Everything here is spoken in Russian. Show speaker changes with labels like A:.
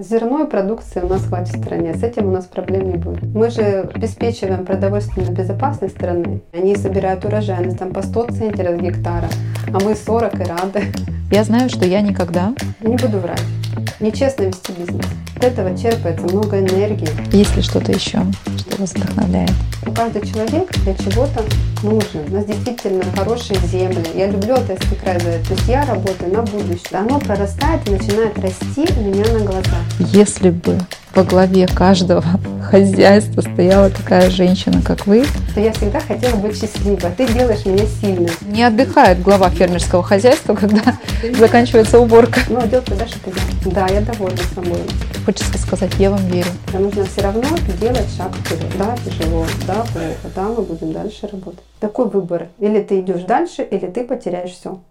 A: Зерной продукции у нас хватит в стране, с этим у нас проблем не будет. Мы же обеспечиваем продовольственную безопасность страны. Они собирают урожайность там по 100 центнеров с гектара, а мы 40 и рады.
B: Я знаю, что я никогда,
A: Не буду врать. Нечестно вести бизнес. От этого черпается много энергии.
B: есть ли что-то еще, что вас вдохновляет.
A: Каждый человек для чего-то нужен. У нас действительно хорошие земли. Я люблю Алтайский край за это. То есть я работаю на будущее. Оно прорастает и начинает расти у меня на глазах.
B: Если бы во главе каждого хозяйства стояла такая женщина, как вы,
A: То я всегда хотела быть счастливой. а Ты делаешь меня сильной.
B: не отдыхает глава фермерского хозяйства, когда заканчивается уборка.
A: Но дело тогда, что ты да. Да, я довольна собой.
B: Хочется сказать, я вам верю.
A: Нам Нужно все равно делать шаг вперед. Да, тяжело, да, плохо, да, мы будем дальше работать. Такой выбор. Или ты идешь дальше, или ты потеряешь все.